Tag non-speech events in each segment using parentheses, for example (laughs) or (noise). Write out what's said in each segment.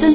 纷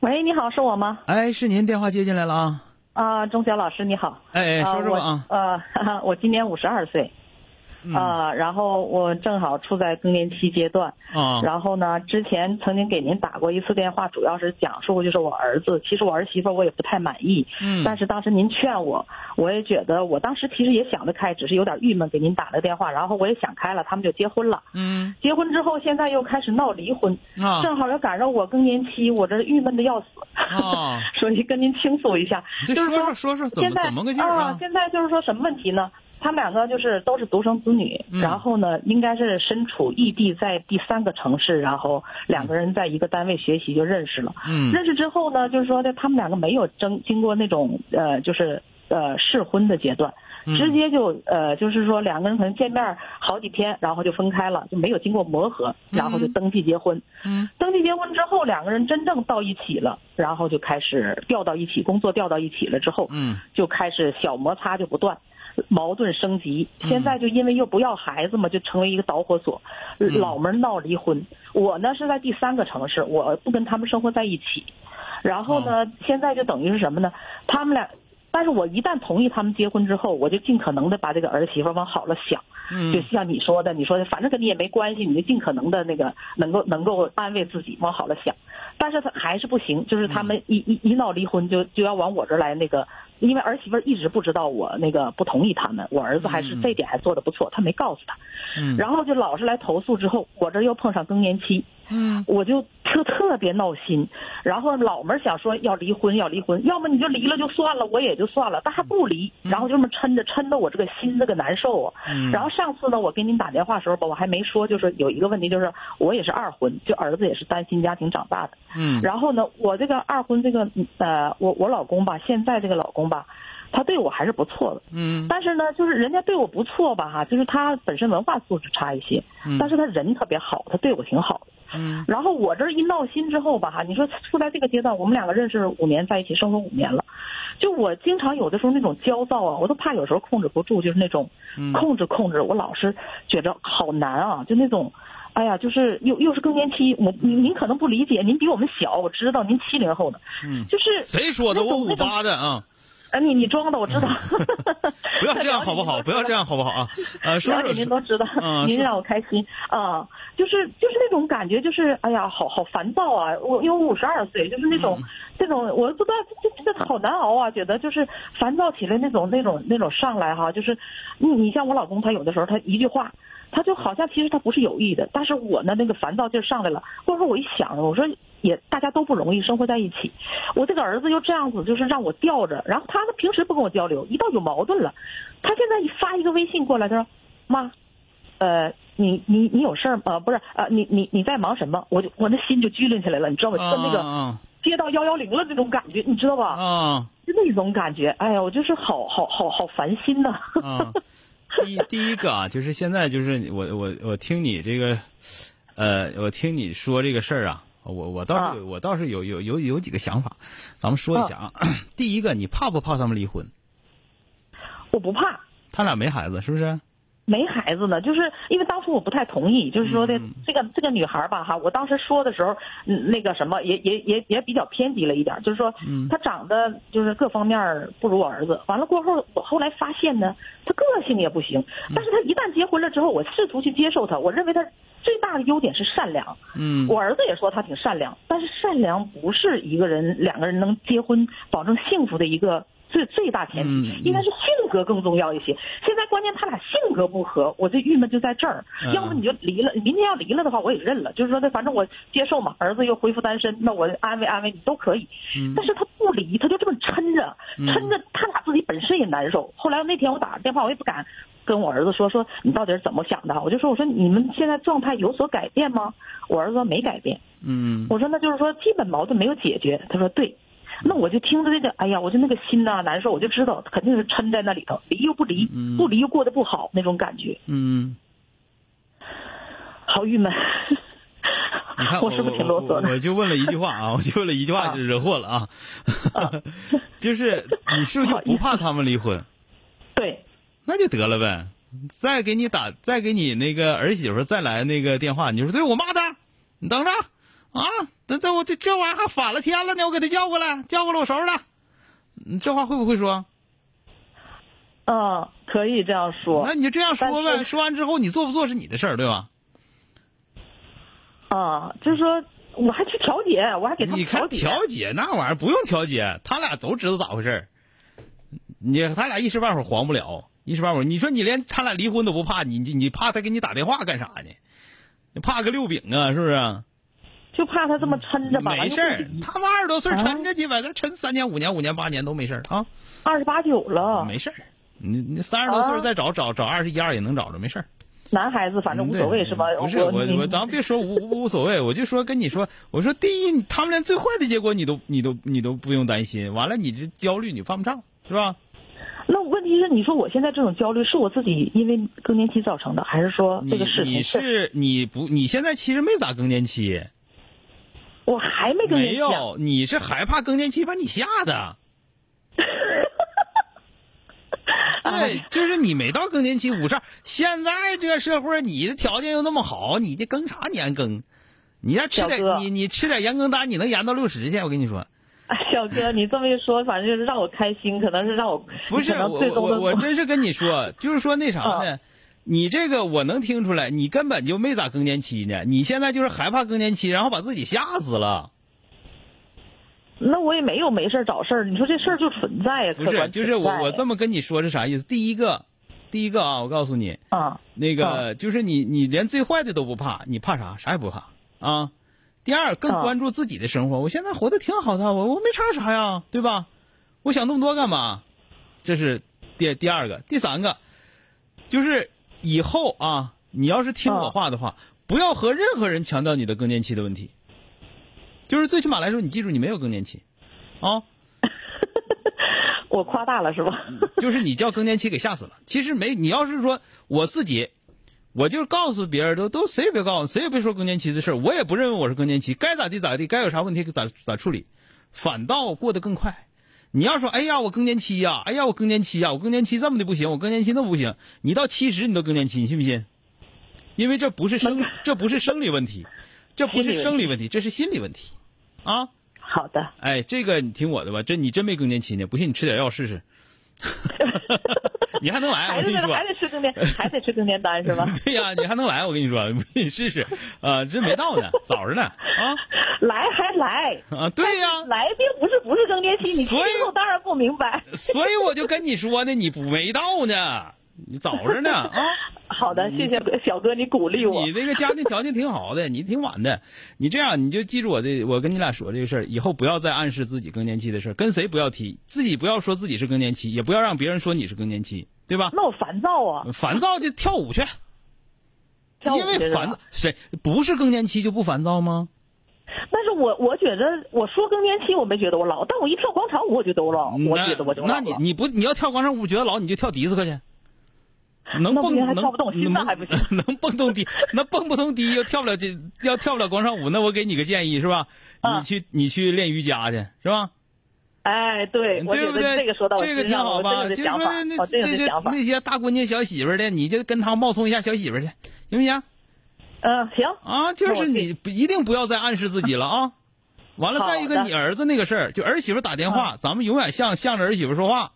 喂，你好，是我吗？哎，是您电话接进来了啊？啊、钟晓老师你好。哎，哎说说吧啊，嗯呃我呃， (laughs) 哈哈我今年五十二岁，啊、然后我正好处在更年期阶段，啊，然后呢，之前曾经给您打过一次电话，主要是讲述就是我儿子，其实我儿媳妇我也不太满意，嗯，但是当时您劝我，我也觉得我当时其实也想得开，只是有点郁闷，给您打了电话，然后我也想开了，他们就结婚了，嗯结婚之后现在又开始闹离婚，啊正好又赶上我更年期，我这郁闷的要死，啊， (laughs) 所以跟您倾诉一下，你这就是说说说说说怎现么在哦怎么个劲儿啊？现在就是说什么问题呢？他们两个就是都是独生子女，嗯然后呢，应该是身处异地，在第三个城市，然后两个人在一个单位学习就认识了。嗯认识之后呢，就是说呢，他们两个没有争经过那种呃，就是呃试婚的阶段，嗯直接就呃，就是说两个人可能见面好几天，然后就分开了，就没有经过磨合，然后就嗯登记结婚。嗯登记结婚之后，两个人真正到一起了，然后就开始调到一起，工作调到一起了之后，嗯就开始小摩擦就不断，矛盾升级。嗯现在就因为又不要孩子嘛，就成为一个导火索，嗯老们儿闹离婚。我呢是在第三个城市，我不跟他们生活在一起。然后哦呢，现在就等于是什么呢？他们俩。但是我一旦同意他们结婚之后，我就尽可能的把这个儿媳妇儿往好了想，就嗯像你说的，你说反正跟你也没关系，你就尽可能的那个能够能够安慰自己，往好了想。但是他还是不行，就是他们嗯一、一一闹离婚就就要往我这儿来那个，因为儿媳妇儿一直不知道我那个不同意他们，我儿子还是、嗯这点还做的不错，他没告诉他，嗯，然后就老是来投诉之后，我这儿又碰上更年期，嗯我就特特别闹心，然后老们儿想说要离婚要离婚，要么你就离了就算了，我也就算了，但还不离，嗯然后就这么抻着抻的我这个心这个难受啊。嗯，然后上次呢，我给您打电话的时候吧，我还没说，就是有一个问题，就是我也是二婚，就儿子也是单亲家庭长大的。嗯然后呢，我这个二婚这个呃，我我老公吧，现在这个老公吧，他对我还是不错的，嗯，但是呢，就是人家对我不错吧哈，就是他本身文化素质差一些，嗯但是他人特别好，他对我挺好的。嗯然后我这一闹心之后吧，哈，你说处在这个阶段，我们两个认识五年，在一起生活五年了，就我经常有的时候那种焦躁啊，我都怕有时候控制不住，就是那种嗯控制控制，我老是觉着好难啊，就那种，哎呀，就是又又是更年期，我您您可能不理解，您比我们小，我知道您七零后的，嗯，就是谁说的？那我种五八的啊，呃你你装的，我知道，嗯不要这样好不好？不要这样好不好啊？呃，说了解说您说，都知道，嗯您是让我开心啊、就是就是那种感觉，就是哎呀，好好烦躁啊！我因为我五十二岁，就是那种、嗯这种，我不知道这这这好难熬啊！觉得就是烦躁起来那种那种那种上来哈，就是你你像我老公，他有的时候他一句话。他就好像其实他不是有意的，但是我呢那个烦躁劲儿上来了，或者说我一想，我说也大家都不容易，生活在一起，我这个儿子又这样子，就是让我吊着。然后他呢，平时不跟我交流，一到有矛盾了，他现在一发一个微信过来，他说：“妈，呃，你你你有事儿吗？呃，不是，呃，你你你在忙什么？”我就我那心就拘囵起来了，你知道吗？就跟那个啊接到幺幺零了那种感觉，你知道吧？啊就那种感觉，哎呀，我就是好好好好烦心呐、啊啊！第第一个啊，就是现在就是我我我听你这个，呃，我听你说这个事儿啊。我我倒是我倒是有有有有几个想法，咱们说一下啊。 (clears throat) 第一个，你怕不怕他们离婚？我不怕。他俩没孩子是不是？没孩子呢，就是因为当初我不太同意，就是说的嗯这个这个女孩吧哈，我当时说的时候，嗯那个什么也也也也比较偏激了一点，就是说嗯她长得就是各方面儿不如我儿子。完了过后，我后来发现呢，她个性也不行，嗯但是她一旦结婚了之后，我试图去接受她，我认为她最大的优点是善良。嗯，我儿子也说她挺善良，但是善良不是一个人两个人能结婚保证幸福的一个最最大前提嗯，应该是性格更重要一些。现在关键他俩性格不合，我这郁闷就在这儿。嗯要么你就离了，明天要离了的话，我也认了，就是说那反正我接受嘛，儿子又恢复单身，那我安慰安慰你都可以。嗯但是他不离，他就这么抻着，嗯抻着他俩自己本身也难受。后来那天我打个电话，我也不敢跟我儿子说，说你到底是怎么想的？我就说，我说你们现在状态有所改变吗？我儿子说没改变。嗯我说那就是说基本矛盾没有解决。他说对。那我就听着这个，哎呀，我就那个心呐、难受，我就知道肯定是抻在那里头，离又不离嗯，不离又过得不好那种感觉， (laughs) 嗯，好郁闷。你看 (laughs) 我是不是挺我啰嗦我的？我就问了一句话啊，我就问了一句话就惹祸了啊， (laughs) 就是你是啊不是就不怕他们离婚？对，那就得了呗，再给你打，再给你那个儿媳妇再来那个电话，你就说对我骂他，你等着啊，等等我这这玩意儿还反了天了呢，我给他叫过来，叫过来我收拾他，你这话会不会说？嗯，可以这样说那，你就这样说呗，但是说完之后你做不做是你的事儿，对吧？啊、就是说我还去调解，我还给他你们看解，调解那玩意儿不用调解，他俩都知道咋回事儿。你他俩一时半会儿黄不了，一时半会儿，你说你连他俩离婚都不怕，你你你怕他给你打电话干啥呢？你怕个六饼啊，是不是？就怕他这么抻着吧。嗯没事儿，他们二十多岁儿啊抻着去呗，咱抻三年、五年、五年、八年都没事儿啊，二十八九了，没事儿。你你三十多岁儿啊再找找找二十一二也能找着，没事儿。男孩子反正嗯无对所谓是吧？不是我你我，咱们别说无无无所谓，我就说跟你说，我说第一，他们连最坏的结果你都你都你都不用担心，完了你这焦虑你犯不上是吧？那问题是，你说我现在这种焦虑是我自己因为更年期造成的，还是说你啊这个事你情是你不你现在其实没咋更年期，我还没更年没期、啊？有，你是害怕更年期把你吓的。对，就是你没到更年期五十二，现在这个社会你的条件又那么好，你这更啥年更？你要吃小点哥你你吃点盐羹丹，你能延到六十去？我跟你说，哎小哥，你这么一说，反正就是让我开心，可能是让我不是可我能嗯最我终我的我真是跟你说，就是说那啥呢，你这个我能听出来，你根本就没咋更年期呢，你现在就是害怕更年期，然后把自己吓死了。那我也没有没事儿找事儿，你说这事儿就存在呀？不客是，观就是我我存在这么跟你说是啥意思？第一个，第一个啊，我告诉你，啊那个就是你你连最坏的都不怕，你怕啥？啥也不怕啊。第二，更啊关注自己的生活。我现在活得挺好的，我我没差啥呀，对吧？我想那么多干嘛？这是第第二个，第三个，就是以后啊，你要是听我啊话的话，不要和任何人强调你的更年期的问题。就是最起码来说，你记住你没有更年期，啊，我夸大了是吧？就是你叫更年期给吓死了。其实没，你要是说我自己，我就是告诉别人都都谁也别告诉，谁也别说更年期的事儿，我也不认为我是更年期，该咋地咋地，该有啥问题咋咋处理，反倒过得更快。你要说，哎呀，我更年期呀、哎呀，我更年期呀、我更年期这么的不行，我更年期那么不行，你到七十你都更年期，你信不信？因为这不是生，这不是生理问题，这不是生理问题，这是心理问题，啊，好的，哎，这个你听我的吧，这你真没更年期呢，不信你吃点药试试， (laughs) 你还能来，还我跟是你说，还得吃更年，还得吃更年丹是吧？ (laughs) 对呀、你还能来，我跟你说，不信你试试，啊、这没到 (laughs) 呢，早着呢，啊来还来，啊，对呀、来并不是不是更年期，你所听以后当然不明白。所以我就跟你说呢，你不没到呢，你早着呢， (laughs) 啊，好的，谢谢小哥，你鼓励我。你那个家庭条件挺好的，你挺晚的，你这样你就记住我这，我跟你俩说这个事儿，以后不要再暗示自己更年期的事儿，跟谁不要提，自己不要说自己是更年期，也不要让别人说你是更年期，对吧？那我烦躁啊，烦躁就跳舞去，像我因为这啊烦种躁，谁不是更年期就不烦躁吗？但是我我觉得，我说更年期我没觉得我老，但我一跳广场舞我就都老，啊我觉得我就老那你了。你不你要跳广场舞觉得老，你就跳迪斯科去，能那不蹦行还能跳不动心脏还不行 (laughs) 能能蹦动迪，那蹦不动迪又跳不了这要跳不了广场舞，那我给你个建议是吧？啊你去你去练瑜伽去是吧？哎，对，我对觉不得对？这个说到我这个挺心上好了，吧？我就是真有想说法，哦那我真有这想这法。那些大姑娘小媳妇儿的，你就跟她冒充一下小媳妇儿去，行不行？嗯，行，啊，就那我是你不一定不要再暗示自己了 (laughs) 啊。完了，好再一个的嗯你儿子那个事儿，就儿媳妇打电话，咱们永远向向着儿媳妇说话，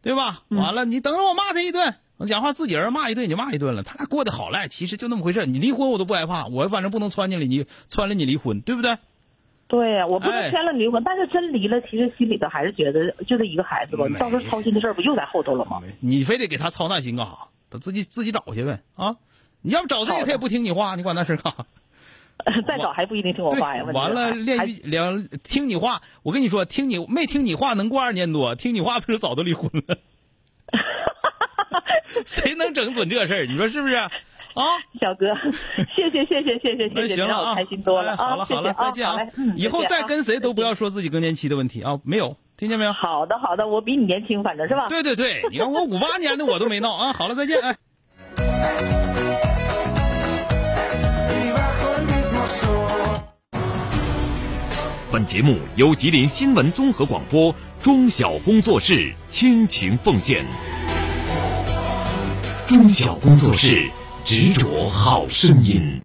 对吧？完了，你等着我骂他一顿，我讲话自己人骂一顿你就骂一顿了，他俩过得好赖，其实就那么回事儿。你离婚我都不害怕，我反正不能撺掇你，你撺掇你离婚，对不对？对呀，我不哎是签了离婚，但是真离了，其实心里头还是觉得就这一个孩子吧，没你到时候操心的事儿不又在后头了吗？没你非得给他操那心干啥？他自己自己找去呗啊！你要不找这个，好的他也不听你话，你管那事儿干啥？ (laughs) 再找还不一定听我话呀。对，完了哎还练瑜两听你话，我跟你说，听你没听你话能过二年多，听你话不是早都离婚了？ (laughs) 谁能整准这事儿？你说是不是？啊，(laughs) 小哥，谢谢谢谢谢谢那谢谢，行了你让我啊，开心多了哎啊！好了谢好谢了，再见啊！好嘞嗯以后再见再啊跟谁都不要说自己更年期的问题啊，没有，听见没有？好的好的，我比你年轻，反正是吧？对对对，你看我五八年的我都没闹啊。好了，再见，哎。 y bajo el mismo sol. 本节目由吉林新闻综合广播中小工作室倾情奉献。中小工作室执着好声音。